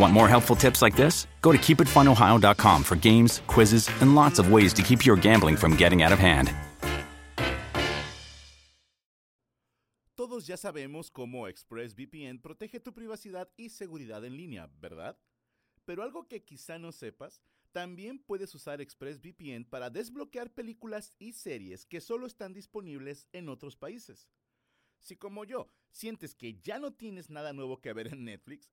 Want more helpful tips like this? Go to keepitfunohio.com for games, quizzes, and lots of ways to keep your gambling from getting out of hand. Todos ya sabemos cómo ExpressVPN protege tu privacidad y seguridad en línea, ¿verdad? Pero algo que quizá no sepas, también puedes usar ExpressVPN para desbloquear películas y series que solo están disponibles en otros países. Si como yo sientes que ya no tienes nada nuevo que ver en Netflix,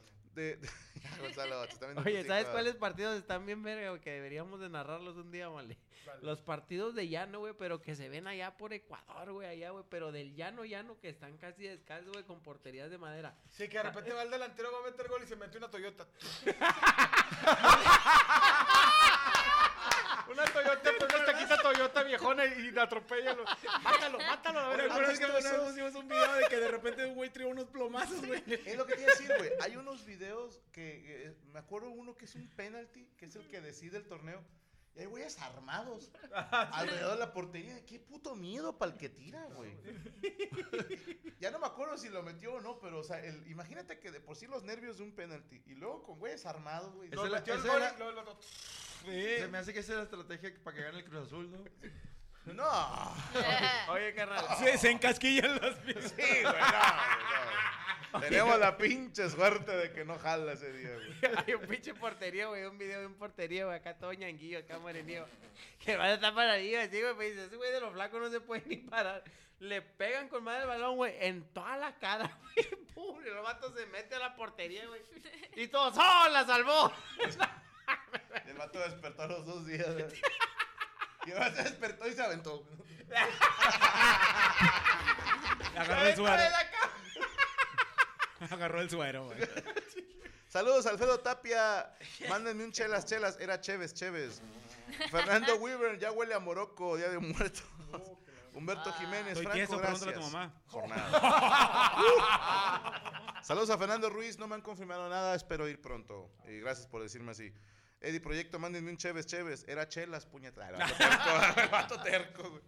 de, de, ya, Gonzalo, pues, Oye, ¿sabes cuáles partidos están bien verga? Que deberíamos de narrarlos un día, vale. vale. Los partidos de llano, güey, pero que se ven allá por Ecuador, güey, allá, güey. Pero del llano, llano, que están casi descalzos, güey, con porterías de madera. Sí, que de repente va el delantero, va a meter gol y se mete una Toyota. Una Toyota, pues esta quita Toyota viejona y la atropella. Mátalo, mátalo. A ver, ¿Recuerdas que una vez pusimos un video de que de repente un güey tiró unos plomazos, güey? Es lo que te iba a decir, güey. Hay unos videos que, eh, me acuerdo uno que es un penalty, que es el que decide el torneo. Y hay güeyes armados alrededor de la portería. Qué puto miedo para el que tira, güey. ya no me acuerdo si lo metió o no, pero o sea, el, imagínate que de por sí los nervios de un penalti. Y luego con güeyes armados, güey. Lo metió el gol, luego lo... Sí. Se me hace que esa es la estrategia para que gane el Cruz Azul, ¿no? No. Oye, carnal. Se, se encasquillan las pies. Sí, güey, no, no. Tenemos la pinche suerte de que no jala ese día, güey. Hay un pinche porterío, güey. Un video de un porterío, güey. Acá todo ñanguillo, acá morenillo. Que va a estar paradillo así, güey. Me dice, ese güey de los flacos no se puede ni parar. Le pegan con madre el balón, güey. En toda la cara, güey. Pum, el vato se mete a la portería, güey. Y todos, ¡oh, la salvó! El vato despertó a los dos días. ¿verdad? Y el vato despertó y se aventó. Agarró el suero. Agarró el suero, güey. Saludos, Alfredo Tapia. Mándenme un chelas, chelas. Era Chévez, Chévez. Fernando Weaver, ya huele a Morocco, Día de Muertos. Humberto Jiménez, Franco, gracias. a tu mamá. Jornada. Saludos a Fernando Ruiz, no me han confirmado nada, espero ir pronto. Y gracias por decirme así. Eddie Proyecto, mándenme un Cheves Cheves. Era Chelas, puñetada. Vato terco, güey.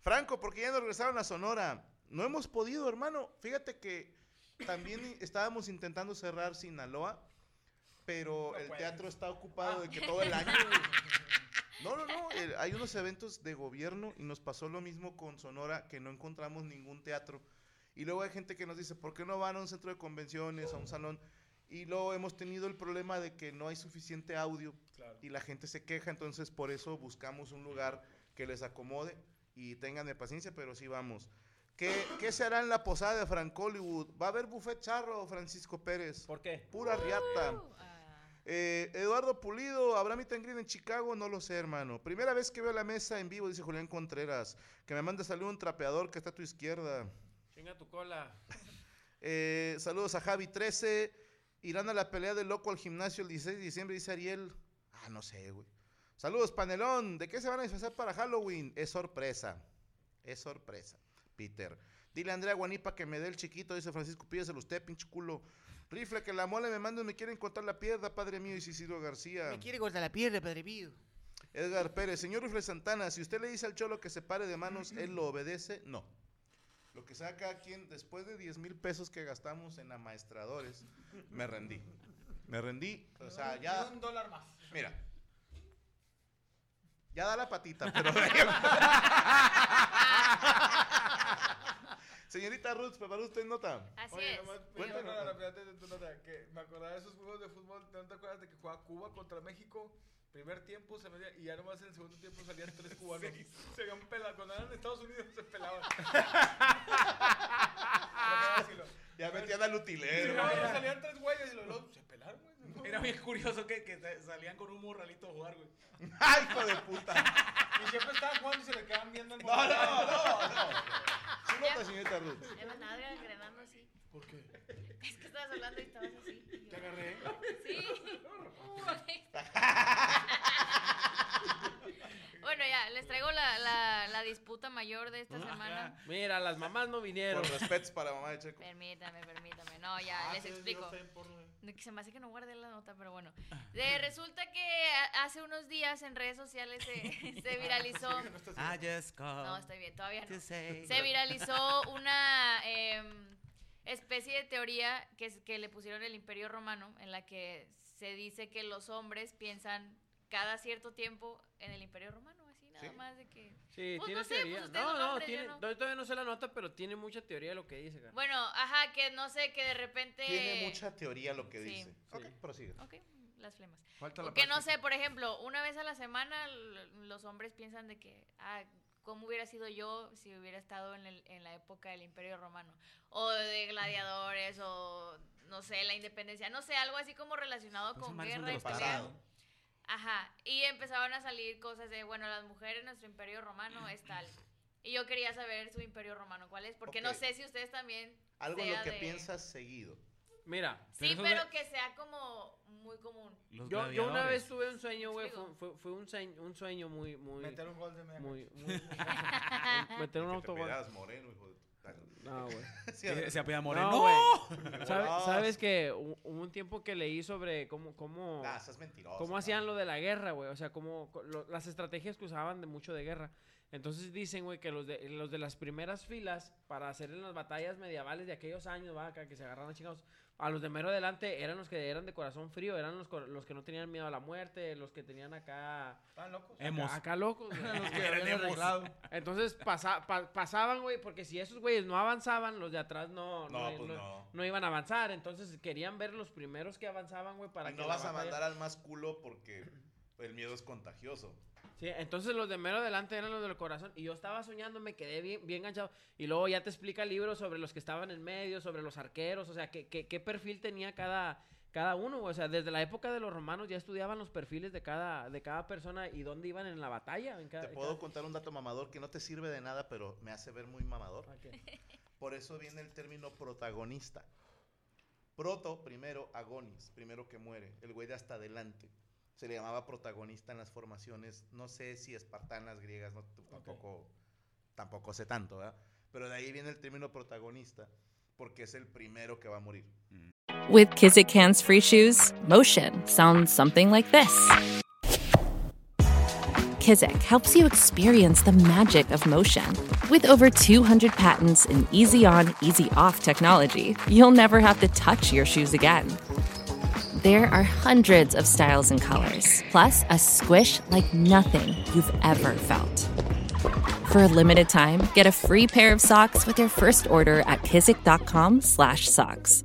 Franco, porque ya nos regresaron a Sonora. No hemos podido, hermano. Fíjate que también estábamos intentando cerrar Sinaloa, pero el teatro está ocupado de que todo el año. güey. No, no, no. eh, hay unos eventos de gobierno y nos pasó lo mismo con Sonora, que no encontramos ningún teatro. Y luego hay gente que nos dice, ¿por qué no van a un centro de convenciones, a un salón? Y luego hemos tenido el problema de que no hay suficiente audio y la gente se queja, entonces por eso buscamos un lugar que les acomode y tengan de paciencia, pero sí vamos. ¿Qué, ¿Qué se hará en la posada de Frank Hollywood? ¿Va a haber buffet charro, Francisco Pérez? ¿Por qué? Pura riata. Eh, Eduardo Pulido, ¿habrá meet and greet en Chicago? No lo sé, hermano. Primera vez que veo la mesa en vivo, dice Julián Contreras. Que me manda salir un trapeador que está a tu izquierda. Chinga tu cola. Eh, saludos a Javi 13. Irán a la pelea de loco al gimnasio el 16 de diciembre, dice Ariel. Ah, no sé, güey. Saludos, panelón. ¿De qué se van a disfrazar para Halloween? Es sorpresa. Es sorpresa, Peter. Dile a Andrea Guanipa que me dé el chiquito, dice Francisco. Pídeselo usted, pinche culo. Rifle, que la mole me mande, me quieren cortar la pierna, padre mío, dice Isidro García. cortar la pierna, padre mío. Edgar Pérez, señor Rufle Santana, si usted le dice al cholo que se pare de manos, él lo obedece, no. Lo que saca cada quien, después de 10 mil pesos que gastamos en amaestradores, me rendí. Me rendí, o sea, ya, Un dólar más. mira. Ya da la patita, pero... Señorita Ruth, ¿preparó usted nota? Así Oye, es. nomás, Cuéntanos. cuéntanos rápidamente de tu nota, que me acordaba de esos juegos de fútbol, ¿no te acuerdas de que jugaba Cuba contra México? Primer tiempo se metía, y ya nomás en el segundo tiempo salían tres cubanos. Se habían pelado, cuando eran de Estados Unidos se pelaban. Ya metían al Sí, utilero. no, ya salían tres güeyes y los dos se pelaron, güey. Era bien curioso que, que sa- salían con un morralito a jugar, güey. ¡Ay, hijo de puta! Y siempre estaban jugando y se le quedaban viendo al No, morro. no, no, no. Su nota, señorita Ruth. Me mandaba agranando así. ¿Por qué? Es que estabas hablando y estabas así. y yo, Te agarré. Sí. bueno, ya, les traigo la, la, la disputa mayor de esta semana. Mira, las mamás no vinieron. Por respetos para mamá de Checo. Permítame, permítame. No, Ah, ya, les explico. No, que se me hace que no guardé la nota, pero bueno. Eh, resulta que a- hace unos días en redes sociales se, se viralizó. Ah, I just called No, estoy bien, todavía no. to say- Se viralizó una em, especie de teoría que, es- que le pusieron el Imperio Romano, en la que se dice que los hombres piensan cada cierto tiempo en el Imperio Romano, así nada Sí. más de que... Sí, Pues tiene no sé, teoría. pues ustedes no, son no, hombres, yo tiene, no. yo todavía no sé la nota, pero tiene mucha teoría lo que dice. cara. Bueno, ajá, que no sé, que de repente... Tiene mucha teoría lo que Eh, sí. dice. Ok, prosigue. Ok, las flemas. Falta la Porque no práctica. sé, por ejemplo, una vez a la semana l- los hombres piensan de que, ah, ¿cómo hubiera sido yo si hubiera estado en, el- en la época del Imperio Romano? O de gladiadores, o no sé, la independencia, no sé, algo así como relacionado Los con humanos son guerra de y los pelea. pasados. Ajá, y empezaban a salir cosas de, bueno, las mujeres en nuestro Imperio Romano es tal. Y yo quería saber su Imperio Romano, ¿cuál es? Porque no Ok. sé si ustedes también... Algo en sea lo que de- piensas seguido. Mira, Sí, Pero eso pero de- que sea como muy común. Los yo, yo una gladiadores. vez tuve un sueño, güey. Fue, Explico. fue- fue un, sueño, un sueño muy, muy. Meter un gol de media. muy, muy- meter un Que te autogol. peleabas moreno, hijo de tu- No, güey. Sí, Se, se apellida Moreno. No, güey. ¿Sabe- Volás. ¿Sabes que hu- hubo un tiempo que leí sobre cómo, cómo, Ah, estás mentiroso. cómo hacían lo de la guerra, güey? O sea, cómo co- lo- las estrategias que usaban de mucho de guerra. Entonces dicen, güey, que los de, los de las primeras filas para hacer en las batallas medievales de aquellos años, va, acá que se agarraban a chingados, a los de mero adelante eran los que eran de corazón frío, eran los, cor- los que no tenían miedo a la muerte, los que tenían acá... Estaban locos. Hemos. Acá, acá locos, güey. Los que habían arreglado. Entonces pasa- pa- pasaban, güey, porque si esos güeyes no avanzaban, los de atrás no, No, no, pues no- no. no iban a avanzar. Entonces querían ver los primeros que avanzaban, güey, para Y que. no la vas a batalla- mandar al más culo porque el miedo es contagioso. Sí, entonces los de mero adelante eran los del corazón. Y yo estaba soñando, me quedé bien, bien enganchado. Y luego ya te explica el libro sobre los que estaban en medio, sobre los arqueros, o sea, qué, qué, qué perfil tenía cada. Cada uno, güey. o sea, desde la época de los romanos ya estudiaban los perfiles de cada, de cada persona y dónde iban en la batalla. En cada, Te en puedo contar un dato mamador que no te sirve de nada, pero me hace ver muy mamador. cada- ¿A qué? Por eso viene el término protagonista. Proto, primero, agonis, primero que muere, el güey de hasta adelante. Se le llamaba protagonista en las formaciones, no sé si espartanas, griegas, no, t- tampoco, tampoco sé tanto, ¿verdad? Pero de ahí viene el término protagonista, porque es el primero que va a morir. With Kizik Hands Free Shoes, motion sounds something like this. Kizik helps you experience the magic of motion. With over 200 patents and easy on, easy off technology, you'll never have to touch your shoes again. There are hundreds of styles and colors, plus a squish like nothing you've ever felt. For a limited time, get a free pair of socks with your first order at kizik.com slash socks.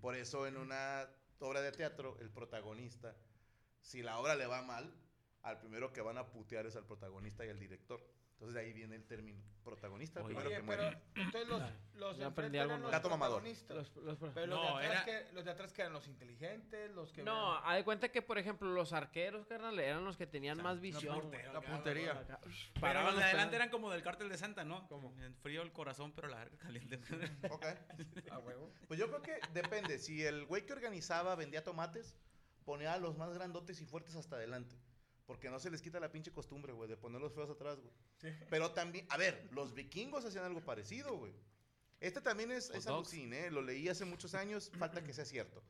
Por eso en una obra de teatro, el protagonista, si la obra le va mal, al primero que van a putear es al protagonista y al director. Entonces de ahí viene el término protagonista, Oye, primero Oye, que pero muere. entonces los, los Pues yo de aprendí enfrente algo eran nuevo. los Gato mamador. protagonistas, Los- los- Pero los, no, de atrás era- que, los de atrás que eran los inteligentes, los que... No, veían- haz de cuenta que, por ejemplo, los arqueros, carnal, eran los que tenían más visión. güey. portero, La acá, puntería. Acá, ush, Pero paraban los de adelante pelones. eran como del cártel de Santa, ¿no? Como en frío el corazón, pero la verga caliente. Ok. A huevo. Pues yo creo que depende. Si el güey que organizaba vendía tomates, ponía a los más grandotes y fuertes hasta adelante. Porque no se les quita la pinche costumbre, güey, de poner los feos atrás, güey. Pero también, a ver, los vikingos hacían algo parecido, güey. Este también es, Hot es dogs. alucin, ¿eh? Lo leí hace muchos años, falta que sea cierto.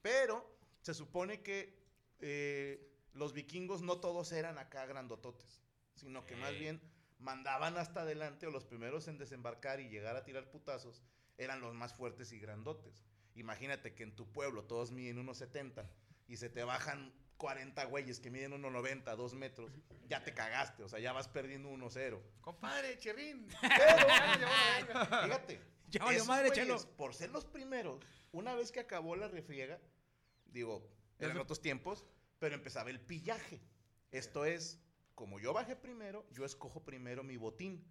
Pero se supone que eh, los vikingos no todos eran acá grandototes, sino que más Ey. bien mandaban hasta adelante o los primeros en desembarcar y llegar a tirar putazos eran los más fuertes y grandotes. Imagínate que en tu pueblo todos miden 1,70 y se te bajan 40 güeyes que miden 1,90, 2 metros, ya te cagaste, o sea, ya vas perdiendo 1-0. Compadre, Cherrín. Fíjate. Ya valió esos madre, güeyes, Chelo. Por ser los primeros, una vez que acabó la refriega, digo, Ya eran se- otros tiempos, pero empezaba el pillaje. Esto es, como yo bajé primero, yo escojo primero mi botín,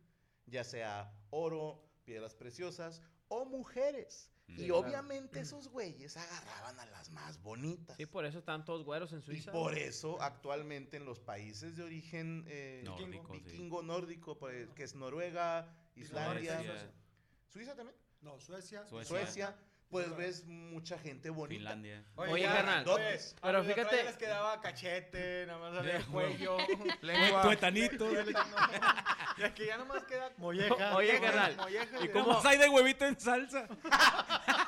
ya sea oro, piedras preciosas o mujeres. Mm. y claro. obviamente esos güeyes agarraban a las más bonitas. Sí, por eso están todos güeros en Y Suiza. por güey. eso actualmente en los países de origen eh, Nórdico, sí. vikingo nórdico, pues, que es Noruega, Islandia, Suecia. Suiza también, No, Suecia. Suecia. Suecia, pues ves mucha gente bonita. Finlandia. Oye, ya, carnal, oye, dotes. a pero los de atrás fíjate- les quedaba Ah, cachete, nada más había Lengua. cuello, Lengua. Tuetanito. Y es que ya nomás queda... Molleja. Oye, carnal. molleja ¿Y de- cómo- ¿Cómo hay de huevito en salsa?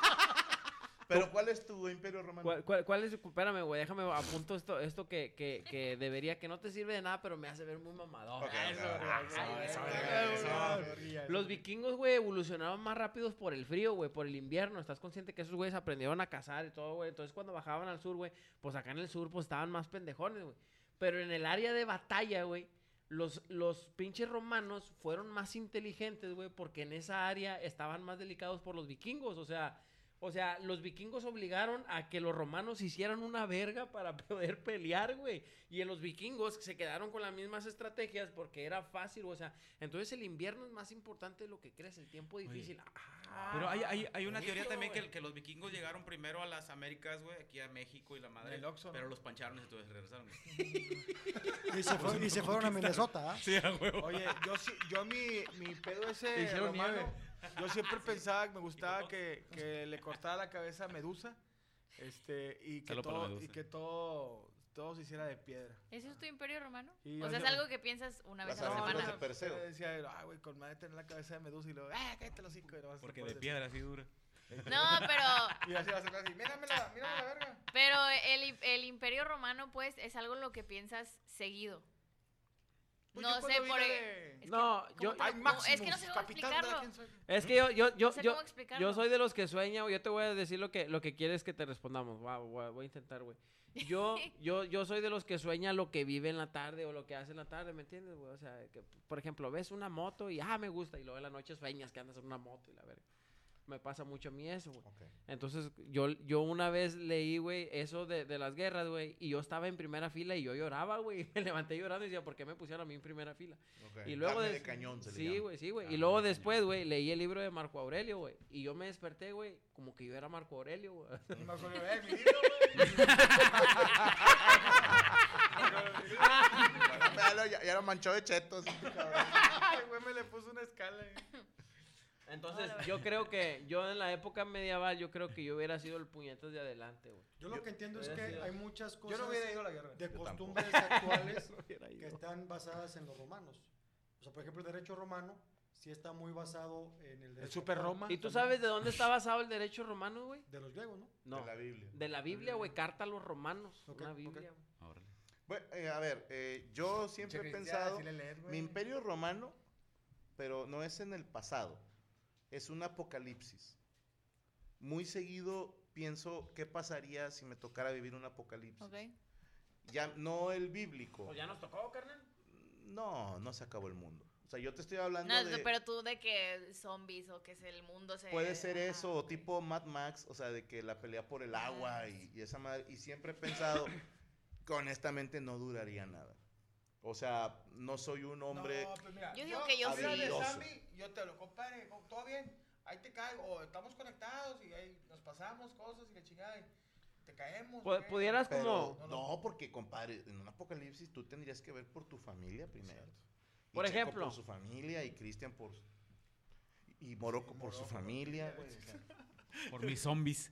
Pero ¿cuál es tu imperio romano? ¿Cuál, cuál, cuál es? Espérame, güey, déjame apunto esto, esto que, que, que debería, que no te sirve de nada, pero me hace ver muy mamador. Ok, Ay, ok, eso, ok, Ah, ay, ok, ay, ok, eso, ok, ay, ok, eso. Los vikingos, güey, evolucionaron más rápidos por el frío, güey, por el invierno. Estás consciente que esos güeyes aprendieron a cazar y todo, güey. Entonces, cuando bajaban al sur, güey, pues acá en el sur, pues estaban más pendejones, güey. Pero en el área de batalla, güey, los, los pinches romanos fueron más inteligentes, güey, porque en esa área estaban más delicados por los vikingos. O sea, o sea, los vikingos obligaron a que los romanos hicieran una verga para poder pelear, güey. Y en los vikingos se quedaron con las mismas estrategias porque era fácil, o sea. Entonces el invierno es más importante de lo que crees, el tiempo difícil. Ah, Pero hay, hay, hay una teoría brígido, también que, güey. que los vikingos llegaron primero a las Américas, güey, aquí a México y la madre. En el Oxxo, ¿no? pero los pancharon y entonces regresaron. güey. Y se, fue- y se fueron a Minnesota. ¿ah? Sí, a huevo. Oye, yo sí, yo mi, mi pedo Te ese hicieron romano, nieve. yo siempre pensaba que me gustaba que, que le cortaba la cabeza a Medusa, este, y que Salud para todo, Medusa. y que todo, todo se hiciera de piedra. ¿Ese es tu imperio romano? Sí, o sea, es ándale. algo que piensas una vez Las a la aventuras semana. de Perseo. Yo Decía, ah, güey, con madre tener la cabeza de Medusa y luego, ah, cállate los cinco. Porque de piedra así dura. No, pero Y así va a ser así, míramela, mírame la verga. Pero el, el imperio romano, pues, es algo lo que piensas seguido. Pues no yo sé, cuando por... vi la e- de- es que- No, ¿cómo yo, te lo- Ay, no, Maximus, es que no sé cómo capitán de la explicarlo. quién soy. Es que yo, yo, yo, No sé yo, cómo yo explicarlo. soy de los que sueña, güey. Yo te voy a decir lo que, lo que quieres que te respondamos. Va, va, voy a intentar, güey. Yo, yo, yo soy de los que sueña lo que vive en la tarde o lo que hace en la tarde, ¿me entiendes, güey? O sea, que, por ejemplo, ves una moto y, ah, me gusta. Y luego en la noche sueñas que andas en una moto y la verga. Me pasa mucho a mí eso, güey. Entonces, yo, yo una vez leí, güey, eso de, de las guerras, güey, y yo estaba en primera fila y yo lloraba, güey. Me levanté llorando y decía, ¿por qué me pusieron a mí en primera fila? Ok, Y luego carne de des- cañón se le Sí, llama. güey, sí, güey. Carne Y luego de después, güey, leí el libro de Marco Aurelio, güey. Y yo me desperté, güey, como que yo era Marco Aurelio, güey. Marco Aurelio, "Eh, mi libro, güey". Ah, Ya lo- ya, ya lo manchó de chetos. Ay, güey, me le puso una escala. eh. Entonces, yo creo que yo en la época medieval, yo creo que yo hubiera sido el puñetas de adelante, güey. Yo lo que entiendo es hubiera que sido- hay muchas Yo no cosas hubiera ido a la guerra. de Yo tampoco. costumbres actuales Yo no hubiera que ido. están basadas en los romanos. O sea, por ejemplo, el derecho romano sí está muy basado en el derecho. actual. ¿Y tú sabes de dónde está basado el derecho romano, güey? De los griegos, ¿no? No. De la Biblia. De la Biblia, güey. Carta a los romanos. Ok, una ok. Biblia. güey. Bueno, eh, a ver, eh, yo siempre he Checa, ya, pensado, sí le lees, güey. mi imperio romano, pero no es en el pasado, es un apocalipsis. Muy seguido pienso qué pasaría si me tocara vivir un apocalipsis. Ya no el bíblico. Pues ya nos tocó, carnal. No, no se acabó el mundo. O sea, yo te estoy hablando No, de pero tú de que zombies o que es el mundo se... puede ser ajá. Ah. eso o tipo Mad Max, o sea, de que la pelea por el agua y, y esa madre y siempre he pensado que honestamente no duraría nada. O sea, no soy un hombre No, pues mira, Yo digo que yo sí. mira, de Habilidoso. Sammy, yo te lo compadre, ¿cómo- todo bien, ahí te caigo, o estamos conectados y ahí nos pasamos cosas y la chingada, y te caemos. Pu- güey. pudieras Pero, como- No, porque, compadre, en un apocalipsis tú tendrías que ver por tu familia primero. Y Por Checo ejemplo. Por su familia y Cristian por. su- Y Morocco por su familia, güey. o sea, Por mis zombies.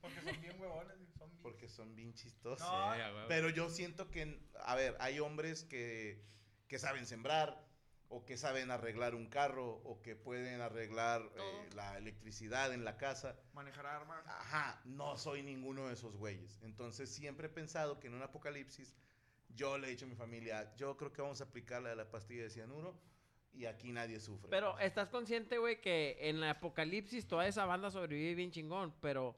Porque son bien huevones, son bien. porque son bien chistosos. No. Sí, a huevo. Pero yo siento que, a ver, hay hombres que, que saben sembrar, o que saben arreglar un carro, o que pueden arreglar eh, la electricidad en la casa. Manejar armas. Ajá, no soy ninguno de esos güeyes. Entonces siempre he pensado que en un apocalipsis yo le he dicho a mi familia, yo creo que vamos a aplicar la de la pastilla de cianuro y aquí nadie sufre. Pero estás consciente, güey, que en la apocalipsis toda esa banda sobrevive bien chingón, pero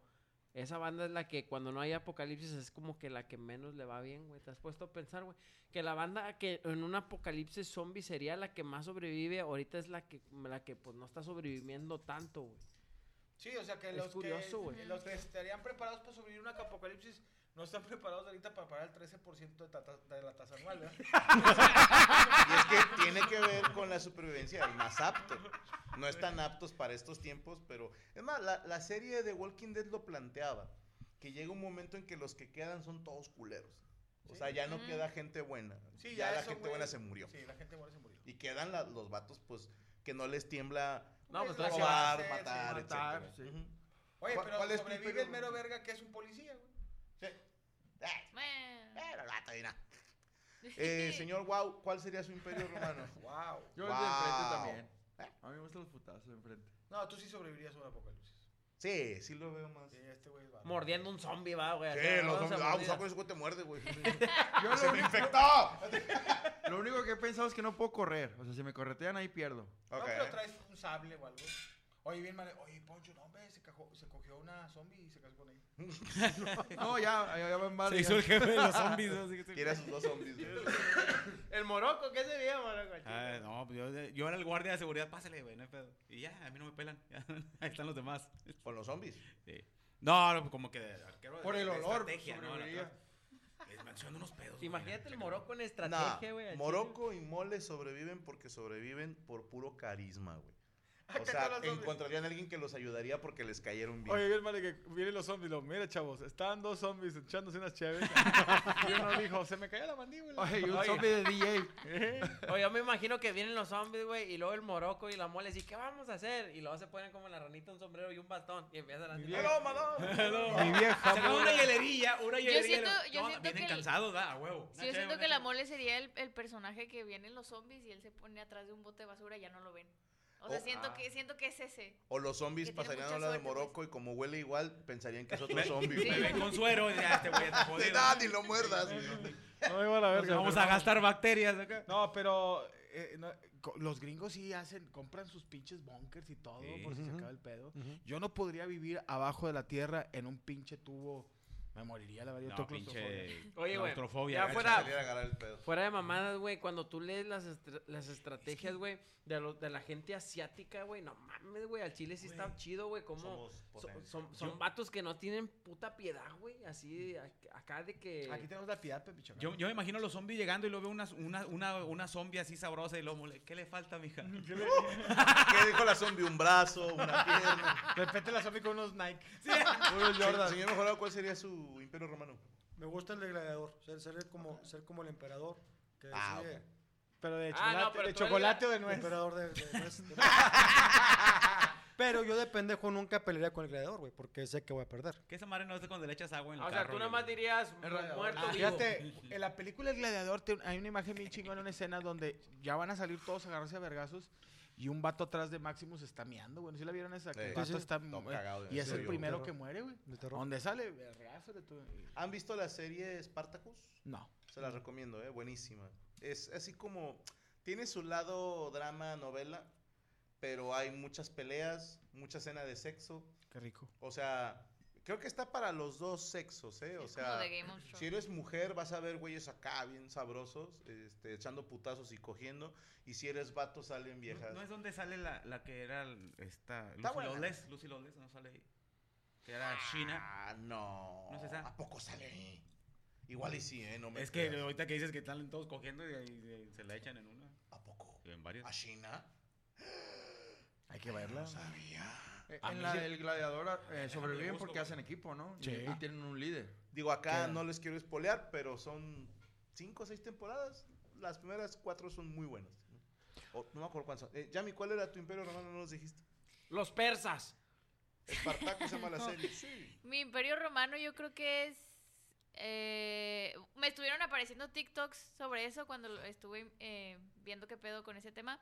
esa banda es la que cuando no hay apocalipsis es como que la que menos le va bien, güey. ¿Te has puesto a pensar, güey? Que la banda que en un apocalipsis zombie sería la que más sobrevive, ahorita es la que, la que pues no está sobreviviendo tanto, güey. Sí, o sea que Es los curioso, que güey. Mm, los que estarían preparados para sobrevivir un apocalipsis no están preparados ahorita para pagar el 13% de, tata- de la tasa anual, ¿verdad? Y es que tiene que ver con la supervivencia del más apto. No están aptos para estos tiempos, pero... Es más, la, la serie de Walking Dead lo planteaba, que llega un momento en que los que quedan son todos culeros. O sea, ya no Ujú. queda gente buena. Sí, ya, ya la eso, gente güey. buena se murió. Sí, la gente buena se murió. Y quedan la- los vatos, pues, que no les tiembla No, pues, todavía se robar, van a hacer, matar, sí, matar, etcétera. sí. Ujú. Oye, ¿Cuál- pero cuál es tu sobrevive imperio el mero verga que es un policía, güey. Bueno. Eh, señor Wow, ¿cuál sería su imperio romano? wow. Yo el de enfrente Wow. también. Eh. A mí me gustan los putazos de enfrente. No, tú sí sobrevivirías a un apocalipsis. Sí, sí lo veo más. Sí, este güey va. Mordiendo un zombie, va, güey. Sí, los Así, vamos a hombres. Ah, un morder. saco de ese güey te muerde, güey. Yo ¡Se me único- infectó! Lo único que he pensado es que no puedo correr. O sea, si me corretean ahí pierdo. No, pero traes un sable o algo. Oye, bien mal. Oye, Poncho, no, hombre, se, cajó- se cogió una zombie y se casó con ella. No, ya, ya, ya van varios. Se hizo el jefe de los zombies. ¿no? Así que se- Quiere a sus dos zombies. El moroco, ¿qué sería, moroco? Ah, no, yo, yo era el guardia de seguridad. Pásale, güey, no hay pedo. Y ya, a mí no me pelan. Ahí están los demás. ¿Con los zombies? Sí. No, no, como que de arquero de- Por el de olor, estrategia, ¿no? sobreviviría. La- Les menciono unos pedos. güey. Imagínate el moroco en Nah, estrategia, güey. al Morocco y Mole sobreviven porque sobreviven por puro carisma, güey. O Acá sea, están los zombies. encontrarían a alguien que los ayudaría porque les cayeron bien. Oye, bien mal de que vienen los zombies. Lo, Mira, chavos, estaban dos zombies echándose unas chéves. y uno dijo, se me cayó la mandíbula. Oye, y un Oye. zombie de DJ. chile. O yo me imagino que vienen los zombies, güey, y luego el moroco y la mole, y ¿qué vamos a hacer? Y luego se ponen como la ranita, un sombrero y un bastón, y empiezan a... vieja- ¡Aló, madó! Mi vieja. Sacaban una hielería, una Yo hielería. siento- no, yo no, siento vienen que el- cansados, da, a huevo. Sí, yo siento que la mole sería el, el personaje que vienen los zombies y él se pone atrás de un bote de basura y ya no lo ven. O sea, Oh. siento, Ah. que, siento que es ese. O los zombies Que tiene pasarían mucha a hablar de suerte, pues. Morocco y como huele igual, pensarían que es otro Me- zombie. me ven con suero y ya, este güey está De jodido. nada, ni lo muerdas. güey. No me van a ver. vamos a gastar bacterias acá. No, pero eh, no, co- los gringos sí hacen, compran sus pinches bunkers y todo Sí. por si se Ujú. acaba el pedo. Ujú. Yo no podría vivir abajo de la tierra en un pinche tubo Me moriría la verdad. No, yo tengo pinche- claustrofobia. Oye, güey. Ya eh, fuera, fuera de mamadas, güey. Cuando tú lees las, estra- las estrategias, güey, de, lo- de la gente asiática, güey. No mames, güey. Al chile sí está chido, güey. Como somos so- potencia. son, son vatos que no tienen puta piedad, güey. Así, a- acá de que. Aquí tenemos la piedad, Pepe Chacón. Yo, yo me imagino a los zombies llegando y luego veo una, una, una, una zombie así sabrosa y luego, le- ¿qué le falta, mija? ¿Qué dijo la zombie? Un brazo, una pierna. De repente la zombie con unos Nike. Unos Jordan. Señor Mejorado, ¿cuál sería su imperio romano? Me gusta el de gladiador, ser, ser como, ser como el emperador. Que Ah, decide- ok. Pero de Ah, chocolate, no, pero de tú eres chocolate la- o de nuez. Emperador de- de nuez. Pero yo de pendejo nunca pelearía con el gladiador, güey, porque sé que voy a perder. Que esa madre no hace cuando le echas agua en el O sea, carro. tú nada y- más dirías muerto Ah, vivo. Fíjate, en la película El Gladiador te- hay una imagen bien chingona, una escena donde ya van a salir todos a agarrarse a vergazos y un vato atrás de Maximus está meando, güey. ¿No ¿Sí la vieron esa? Que el Sí. vato Sí, sí. está eh, No, mu- cagado, y en es el serio. primero De que terror. muere, güey. De terror. ¿Dónde sale? Vergazo de tu- ¿Han visto la serie Spartacus? No. Se la recomiendo, eh, buenísima. Es así como tiene su lado drama novela, pero hay muchas peleas, mucha escena de sexo. Qué rico. O sea, creo que está para los dos sexos, ¿eh? O Es como sea, de Game of Thrones. si eres mujer vas a ver güeyes acá bien sabrosos, este, echando putazos y cogiendo, y si eres vato salen viejas. ¿No es donde sale la, la que era el- esta Está Lucy buena. Lawless? Lucy Lawless, ¿no sale ahí? Que era China. Ah, no. ¿No es esa? ¿A poco sale ahí? Igual y sí, ¿eh? No me es que creas. ahorita que dices que están todos cogiendo y, ahí se la echan en una. ¿A poco? En varias. ¿A China? Hay que verla. Eh, A en mí la sí- del gladiador eh, sobreviven busco, porque hacen equipo, ¿no? Y- ah. Y tienen un líder. Digo, acá Que- no les quiero espolear, pero son cinco o seis temporadas. Las primeras cuatro son muy buenas. O, no me acuerdo cuántas. son. Eh, Yami, ¿cuál era tu imperio romano? No nos dijiste. Los persas. Espartaco se llama la serie. Sí. Mi imperio romano yo creo que es... eh, me estuvieron apareciendo TikToks sobre eso cuando lo- estuve eh, viendo qué pedo con ese tema.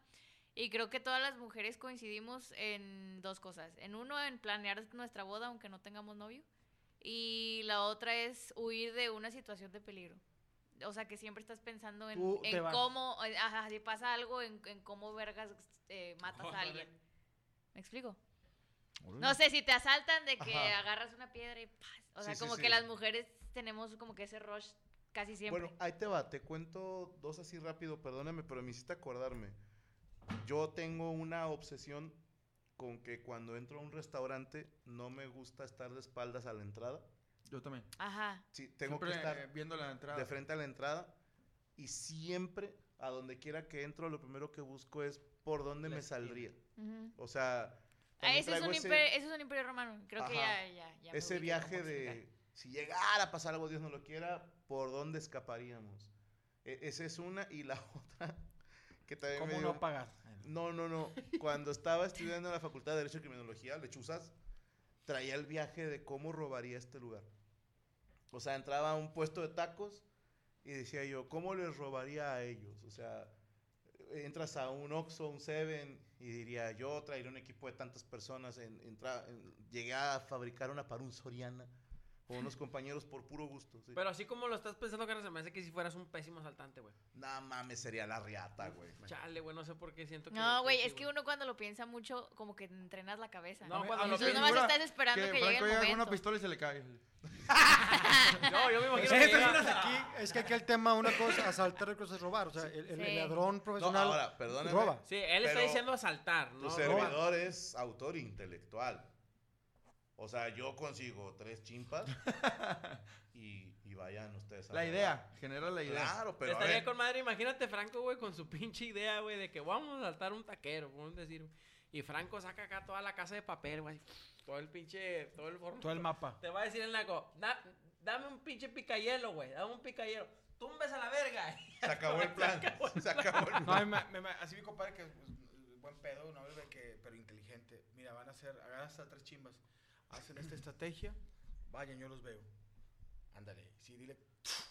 Y creo que todas las mujeres coincidimos en dos cosas. En uno, en planear nuestra boda aunque no tengamos novio. Y la otra es huir de una situación de peligro. O sea, que siempre estás pensando en, Tú en te vas. cómo, ajá, si pasa algo, en, en cómo vergas eh, matas a alguien. ¿Me explico? No sé, si te asaltan de que Ajá. agarras una piedra y ¡paz! O Sí, sea, sí, como sí. que las mujeres tenemos como que ese rush casi siempre. Bueno, ahí te va. Te cuento dos así rápido. Perdóname, pero me hiciste acordarme. Yo tengo una obsesión con que cuando entro a un restaurante no me gusta estar de espaldas a la entrada. Yo también. Ajá. Sí, tengo Siempre, que eh, estar viendo la entrada. de frente a la entrada y siempre a donde quiera que entro lo primero que busco es por dónde me saldría. Ujú. O sea, Ah, también ese, es traigo un ese- imperio, ese es un imperio romano. Creo que Ajá. ya, ya, ya me ese ubiqué viaje cómo explicar. de si llegara a pasar algo Dios no lo quiera, por dónde escaparíamos. E- esa es una y la otra que también me ¿Cómo dio- no pagar? No, no, no. Cuando estaba estudiando en la Facultad de Derecho y Criminología, Lechuzas, traía el viaje de cómo robaría este lugar. O sea, entraba a un puesto de tacos y decía yo, ¿cómo les robaría a ellos? O sea, entras a un Oxxo, un Seven y diría yo traeré un equipo de tantas personas, en, entra- en- llegué a fabricar una para un Soriana con unos compañeros por puro gusto. sí. Pero así como lo estás pensando, Carlos, se me hace que si fueras un pésimo asaltante, güey. Nah, mames, sería la riata, güey. Chale, güey, no sé por qué siento que. No, güey, sí, es que uno cuando lo piensa mucho, como que entrenas la cabeza. No, No, cuando lo Tú nomás estás esperando que, llegue el con momento. una pistola y se le cae. No, yo me Es imagino que, que llega- aquí, es que aquí el tema, una cosa, asaltar y otra cosa es robar. O sea, el, el Sí. ladrón profesional No, ahora, perdóname. roba. Sí, él está Pero diciendo asaltar, Tu ¿no? servidor es autor intelectual. O sea, yo consigo tres chimpas y, y vayan ustedes a La robar. idea, genera la idea. Claro, pero a Estaría ver, con madre, imagínate Franco, güey, con su pinche idea, güey, de que vamos a saltar un taquero, por un decir. Y Franco saca acá toda la casa de papel, güey. Todo el pinche, todo el formato. Todo el mapa. Te va a decir el naco, "Da- dame un pinche picayelo, güey, dame un picayelo. Tumbes a la verga. se acabó el plan. Se acabó el No, plan. me- me- me- así mi compadre que es pues, buen pedo, no de que, pero inteligente. Mira, van a hacer, agarran hasta tres chimbas. Hacen esta estrategia, vayan, yo los veo. Ándale, sí, dile,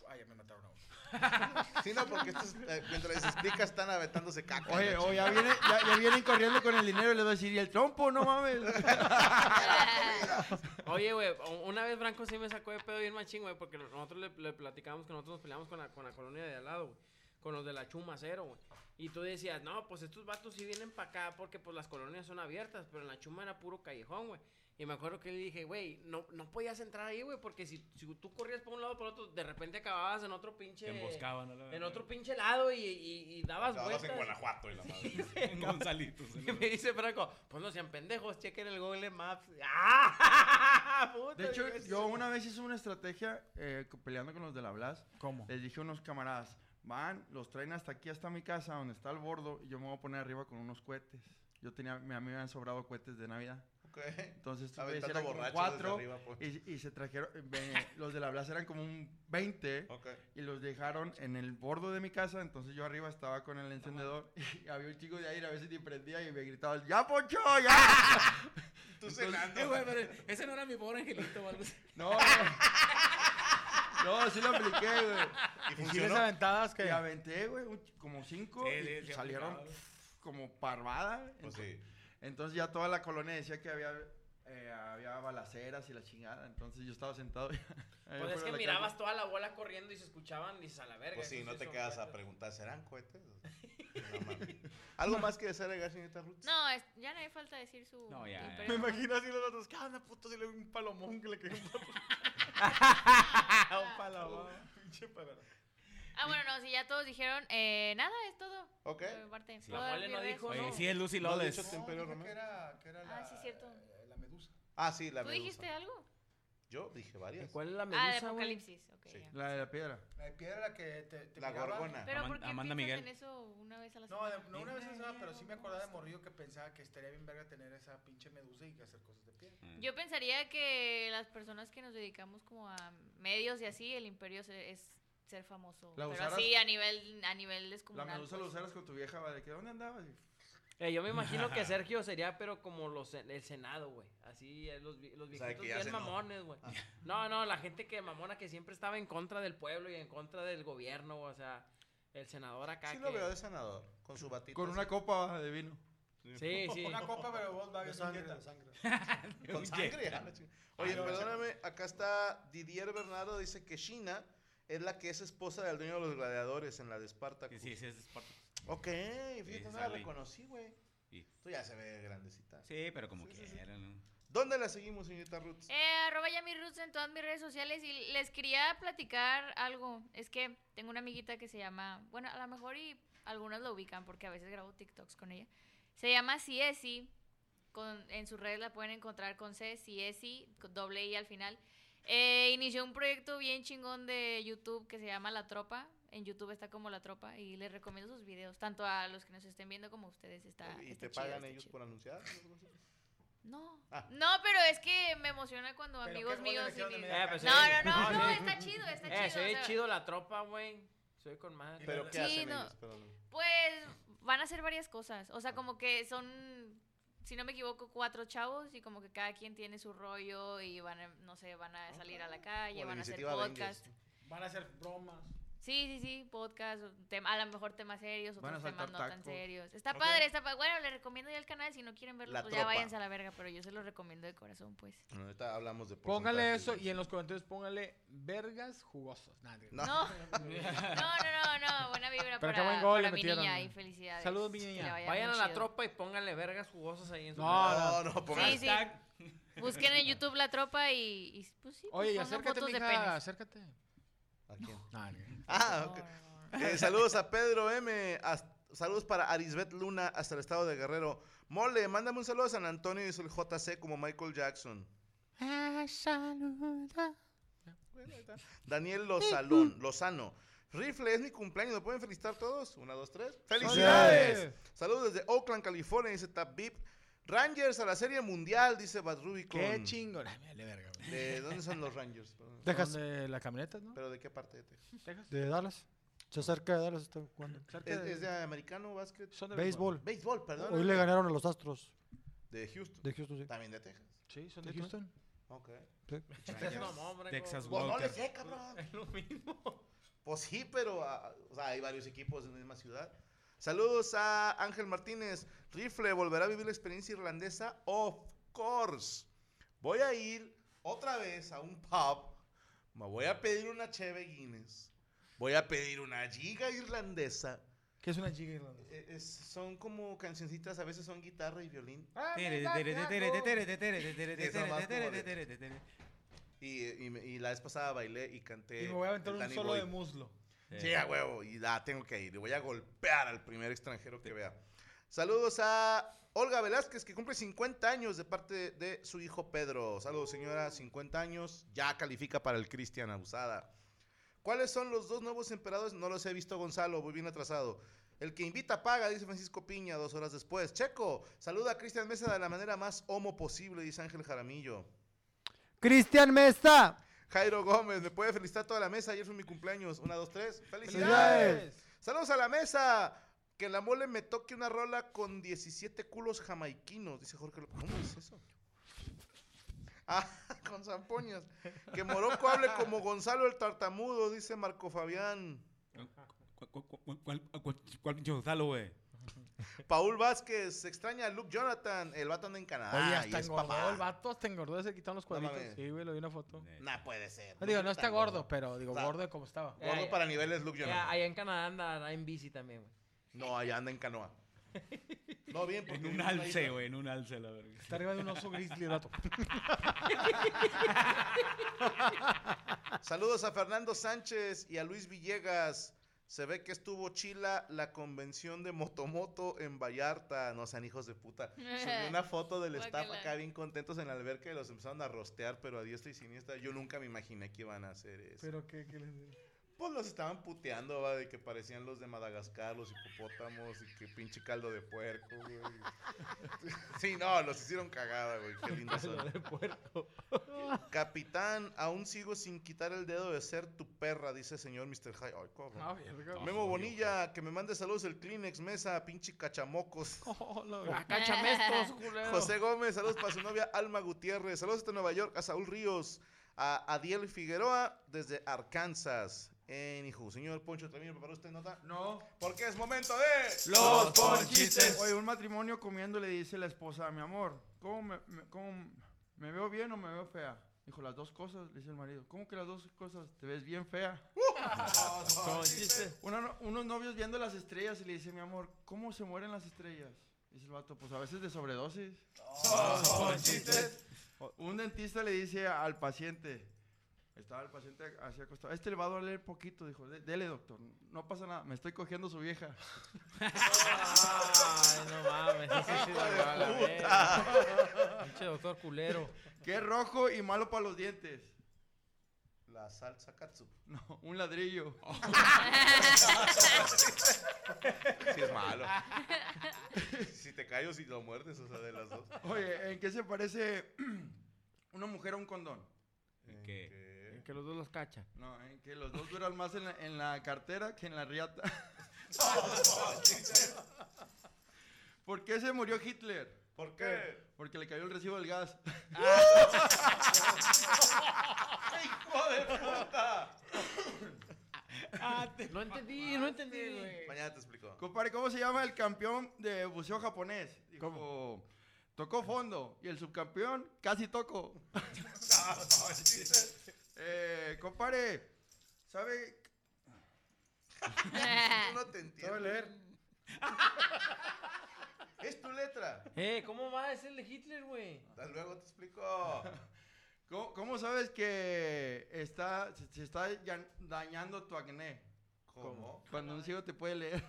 ah, ya me mataron a uno. Sí, no, porque estos, eh, mientras les explica están aventándose caca. Oye, la oye, ya, chingada. viene, ya, ya vienen corriendo con el dinero y les va a decir, ¿y el trompo? No mames. Oye, güey, o- una vez Franco sí me sacó de pedo bien machín, güey, porque nosotros le, le platicábamos que nosotros nos peleamos con la, con la colonia de al lado, güey, con los de la Chuma Cero, güey. Y tú decías, no, pues estos vatos sí vienen para acá porque pues las colonias son abiertas, pero en la Chuma era puro callejón, güey. Y me acuerdo que le dije, güey, no, no podías entrar ahí, güey, porque si, si tú corrías por un lado o por otro, de repente acababas en otro pinche. Te emboscaban, a la En verga. otro pinche lado y, y, y dabas Acababas vueltas. en Guanajuato y la madre. Sí, güey, En acabas- Gonzalitos, en Y el- me dice Franco, pues no sean pendejos, chequen el Google Maps. ¡Ah! Puta, De hecho, dije, Pues, "Sí, yo sí". una vez hice una estrategia eh, co- peleando con los de la Blas. ¿Cómo? Les dije a unos camaradas, van, los traen hasta aquí, hasta mi casa, donde está el bordo, y yo me voy a poner arriba con unos cohetes. Yo tenía, a mí me habían sobrado cohetes de Navidad. Ok. Entonces, estos güeyes Aventando eran como borrachos cuatro, desde arriba, pues. y, y se trajeron, eh, ve- los de la Blas eran como un 20, y los dejaron en el bordo de mi casa, entonces yo arriba estaba con el encendedor, y había un chico de aire, a veces ni prendía, y me gritaba, ¡Ya, Poncho, ya! Tú Entonces, cenando. eh, güey, pero pero ese no era mi pobre angelito o algo así. no, no, sí lo apliqué, güey. ¿Y funcionó? aventadas que? aventé, güey, un- como cinco. Sí, y sí, sí, salieron aplicado. pf, como parvada. Pues entonces, sí. entonces ya toda la colonia decía que había, eh, había balaceras y la chingada. Entonces yo estaba sentado. Pues es que mirabas toda la bola corriendo y se escuchaban y dices, a la verga. Pues sí, eso no sí te son quedas a cohetes". preguntar, ¿serán cohetes? No mames. ¿Algo más que desear, señorita Ruth? No, es- ya no hay falta decir su. No, ya, su ya. imperio Me romano. imagino así los datos, ¿qué onda, puto? Si le doy un palomón que le cayó un palomón. un palomón. Pinche palomón. Ah, bueno, no, si ya todos dijeron, eh, nada, es todo. Ok. Por mi parte. Sí. ¿Puedo La dar mole mi no res? dijo, Oye, ¿no? sí, es Lucy ¿No has Lawless. dicho tu No, Imperio dije Romano? que era, que era la, Ah, sí, cierto. eh, la medusa. Ah, sí, la ¿Tú medusa. dijiste algo? Yo dije varias. ¿Cuál es la Ah, de Apocalipsis. ok, ya. La de la piedra. La de piedra la que te, te La pegaba. gorgona. Pero Aman- ¿por qué Amanda Miguel. piensas en eso una vez a la No, semana? de- no una vez esa, pero sí me acordaba de morrillo que pensaba que estaría bien verga tener esa pinche medusa y hacer cosas de piedra. Yo pensaría que las personas que nos dedicamos como a medios y así, el imperio se- es ser famoso. La Pero usaras- así a nivel, a nivel La descomunal. medusa lo pues. usaras con tu vieja, va, ¿de qué? ¿Dónde andabas? Y- Eh, yo me imagino que Sergio sería, pero como los, el Senado, güey. Así, eh, los, vi- los sea, viejitos que ya se Ah. bien enoja. mamones, güey. No, no, la gente que mamona que siempre estaba en contra del pueblo y en contra del gobierno, güey, o sea, el senador acá. Sí que... lo veo de sanador, con su batita. Con una así. copa va, de vino. Sí, sí. Una copa, pero vos De vagas sangre, inquieta. de sangre. Con sangre. ah, la chingada. Oye, perdóname, acá está Didier Bernardo, dice que China es la que es esposa del dueño de los gladiadores en la de Spartacus. Sí, sí, es Spartacus. Ok, Sí, fíjate, no la sale. reconocí, güey. Sí. Tú ya se ve grandecita. Sí, pero como Sí, sí, sí. quieran. ¿no? ¿Dónde la seguimos, señorita Ruth? Eh, arroba ya mis roots en todas mis redes sociales y les quería platicar algo. Es que tengo una amiguita que se llama, bueno, a lo mejor y algunos lo ubican porque a veces grabo TikToks con ella. Se llama Ciesi. Con, en sus redes la pueden encontrar con C, Ciesi, con doble I al final. Eh, inició un proyecto bien chingón de YouTube que se llama La Tropa. En YouTube está como La Tropa y les recomiendo sus videos, tanto a los que nos estén viendo como a ustedes. Está, ¿Y está te chido, pagan está ellos chido. por anunciar? o algo así? No. Ah. No, pero es que me emociona cuando Pero amigos qué bueno míos que y hicieron de mis- media pues, No, sí. no, no, no, Sí. está chido, está Eh, chido, Se ve o sea- chido la tropa, güey. Soy con madre. ¿Pero qué Sí, hacen no. ellos? Perdóname. Pues van a hacer varias cosas. O sea, como que son, si no me equivoco, cuatro chavos y como que cada quien tiene su rollo y van a, no sé, van a salir a la calle, Como la van a hacer iniciativa Avengers. podcast. Van a hacer bromas. Sí, sí, sí, podcast, o tem- a lo mejor temas serios, Van a otros temas saltar no tan tacos. serios. Está Ok. padre, está padre. Bueno, les recomiendo ya el canal, si no quieren verlo, La pues ya Tropa. váyanse a la verga, pero yo se los recomiendo de corazón, pues. Bueno, ahorita hablamos de Póngale porcentajes, eso güey. y en los comentarios póngale vergas jugosas. Nah, digo. No. No, no, no, no, buena vibra Pero qué para, buen gol le para mi metieron. niña y felicidades. Saludos, mi Que niña. le vaya Vayan a muy la chido. tropa y pónganle vergas jugosas ahí en su No, no, no, Sí, sí. Busquen en YouTube la tropa y, y, pues sí, pues, Oye, y pongan acércate, fotos de mija, penes. acércate. ¿A quién? Ah, Ah, ok. Eh, saludos a Pedro M. As- saludos para Arisbet Luna hasta el estado de Guerrero. Mole, mándame un saludo a San Antonio y el JC como Michael Jackson. Ah, Daniel Lozalón, Lozano. Rifle, es mi cumpleaños, ¿me pueden felicitar todos? Una, dos, tres. ¡Felicidades! ¡Felicidades! Saludos desde Oakland, California, dice Tap Beep. Rangers a la Serie Mundial, dice Bad Rubicon. Qué chingón. Ay, me vale verga, güey. ¿De dónde son los Rangers? Perdón. Texas. De la camioneta, ¿no? ¿Pero de qué parte de Texas? De Dallas. Se acerca de Dallas está jugando. ¿Es, es de americano, básquet? Son Béisbol. Béisbol, perdón. Hoy le ganaron a los Astros. De Houston. De Houston, sí. También de Texas. Sí, son de De Houston. Ok. Sí. Texas, mamón, hombre, Texas Pues no le Walker. sé, cabrón. Es lo mismo. Pues sí, pero ah, o sea, hay varios equipos en la misma ciudad. Saludos a Ángel Martínez. Rifle, ¿volverá a vivir la experiencia irlandesa? Of course. Voy a ir otra vez a un pub. Me voy a pedir una cheve Guinness. Voy a pedir una giga irlandesa. ¿Qué es una giga irlandesa? Eh, es- son como cancioncitas, a veces son guitarra y violín. Ah, Tere, tere, tere, tere, tere, tere, tere, tere, Esa tere, más como tere, de- tere, tere, tere. Y, y me- y la vez pasada bailé y canté. Y me voy a aventar el un Eh, Danny solo Boy. de muslo. Eh. Sí, a huevo. Y la tengo que ir. Le voy a golpear al primer extranjero que vea. Saludos a Olga Velázquez, que cumple 50 años de parte de su hijo Pedro. Saludos, señora. 50 años. Ya califica para el Cristian Abusada. ¿Cuáles son los dos nuevos emperadores? No los he visto, Gonzalo. Voy bien atrasado. El que invita paga, dice Francisco Piña dos horas después. Checo, saluda a Cristian Mesa de la manera más homo posible, dice Ángel Jaramillo. Cristian Mesta. Jairo Gómez, me puede felicitar toda la mesa. Ayer fue mi cumpleaños. Una, dos, tres. ¡Felicidades! ¡Felicidades! Saludos a la mesa. Que en la mole me toque una rola con 17 culos jamaiquinos, dice Jorge López. ¿Cómo es eso? Ah, con zampoñas. Que Morocco hable como Gonzalo el tartamudo, dice Marco Fabián. ¿Cu- cu- cu- cuál- cuál- ¿Cuál pinche Gonzalo, güey? Paul Vázquez, se extraña a Luke Jonathan, el vato anda en Canadá. Oye, y hasta es engordó papá. el vato, hasta engordó, se quitaron los cuadritos. mames. sí, güey, lo vi una foto. Nah, puede ser. No, digo, no está Tan gordo, pero digo, gordo de como estaba. Gordo para niveles Luke Jonathan. Eh, allá en Canadá anda, anda en bici también, güey. No, allá anda en canoa. No, bien, porque En un vive en una alce, isla. güey, en un alce, la verga. Está arriba de un oso grizzly, el vato. Saludos a Fernando Sánchez y a Luis Villegas. Se ve que estuvo chila la convención de Motomoto en Vallarta. No sean hijos de puta. Subí una foto del staff Guácala. acá bien contentos en la alberca y los empezaron a rostear, pero a diestra y siniestra. Yo nunca me imaginé que iban a hacer eso. Pero qué, qué les digo. Pues los estaban puteando, va, de que parecían los de Madagascar, los hipopótamos y que pinche caldo de puerco, güey. Sí, no, los hicieron cagada, güey. Qué lindos son. Caldo de puerco. Capitán, aún sigo sin quitar el dedo de ser tu perra, dice señor Mr. High. Ay, cabrón. Ah, verga. Memo Bonilla, que me mande saludos el Kleenex Mesa, pinche cachamocos. Ah, cachamestos, culero. José Gómez, saludos para su novia Alma Gutiérrez. Saludos hasta Nueva York, a Saúl Ríos, a Adiel Figueroa desde Arkansas. En hijo, señor Poncho, ¿también preparó usted nota? No. Porque es momento de... Oye, un matrimonio comiendo le dice la esposa, mi amor, ¿cómo me, me- cómo me veo bien o me veo fea? Dijo, las dos cosas, le dice el marido. ¿Cómo que las dos cosas? Te ves bien fea. Una no- unos novios viendo las estrellas y le dice, mi amor, ¿cómo se mueren las estrellas? Dice el vato, pues a veces de sobredosis. O- Un dentista le dice al paciente, estaba el paciente así acostado, este le va a doler poquito, dijo, "De- dele doctor, no pasa nada, me estoy cogiendo su vieja. Ay, no mames, ese sí Hijo de dolió a la puta. verga. Pinche doctor culero. Qué rojo y malo para los dientes. La salsa katsu. No, un ladrillo. Sí es malo. si te callo, si lo muerdes, o sea, de las dos. Oye, ¿en qué se parece una mujer a un condón? ¿En qué? En que los dos los cachan. No, en que los dos duran más en la, en la cartera que en la riata. ¿Por qué se murió Hitler? ¿Por qué? Porque le cayó el recibo del gas. ¡Hijo de puta! No entendí, no entendí, güey. Mañana te explico. Compadre, ¿cómo se llama el campeón de buceo japonés? Dijo, Tocó fondo y el subcampeón casi tocó. eh, compadre, ¿sabe? Tú no te entiendes. ¿Sabe leer? Es tu letra. Eh, ¿cómo va? Es el de Hitler, güey. Hasta luego te explico. ¿Cómo, cómo sabes que está, se, se está ya- dañando tu acné? ¿Cómo? Cuando un ciego te puede leer.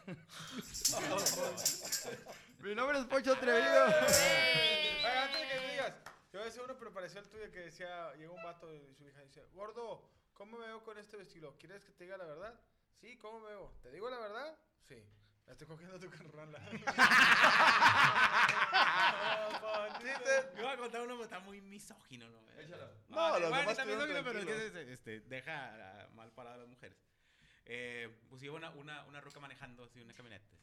Mi nombre es Pocho Trevido. Oye, antes de que me digas, yo decía uno, pero parecía el tuyo que decía, llegó un vato y su hija dice, gordo, ¿cómo me veo con este vestido? ¿Quieres que te diga la verdad? Sí, ¿cómo me veo? ¿Te digo la verdad? Sí. La estoy cogiendo a tu carnal. Yo voy a contar uno, pero está muy misógino, ¿no? No, los bueno, demás está estuvieron misógino, pero es que tranquilos. se- este, deja ah, mal parada a las mujeres. Eh, pues iba una, una, una ruca manejando así una camioneta. así.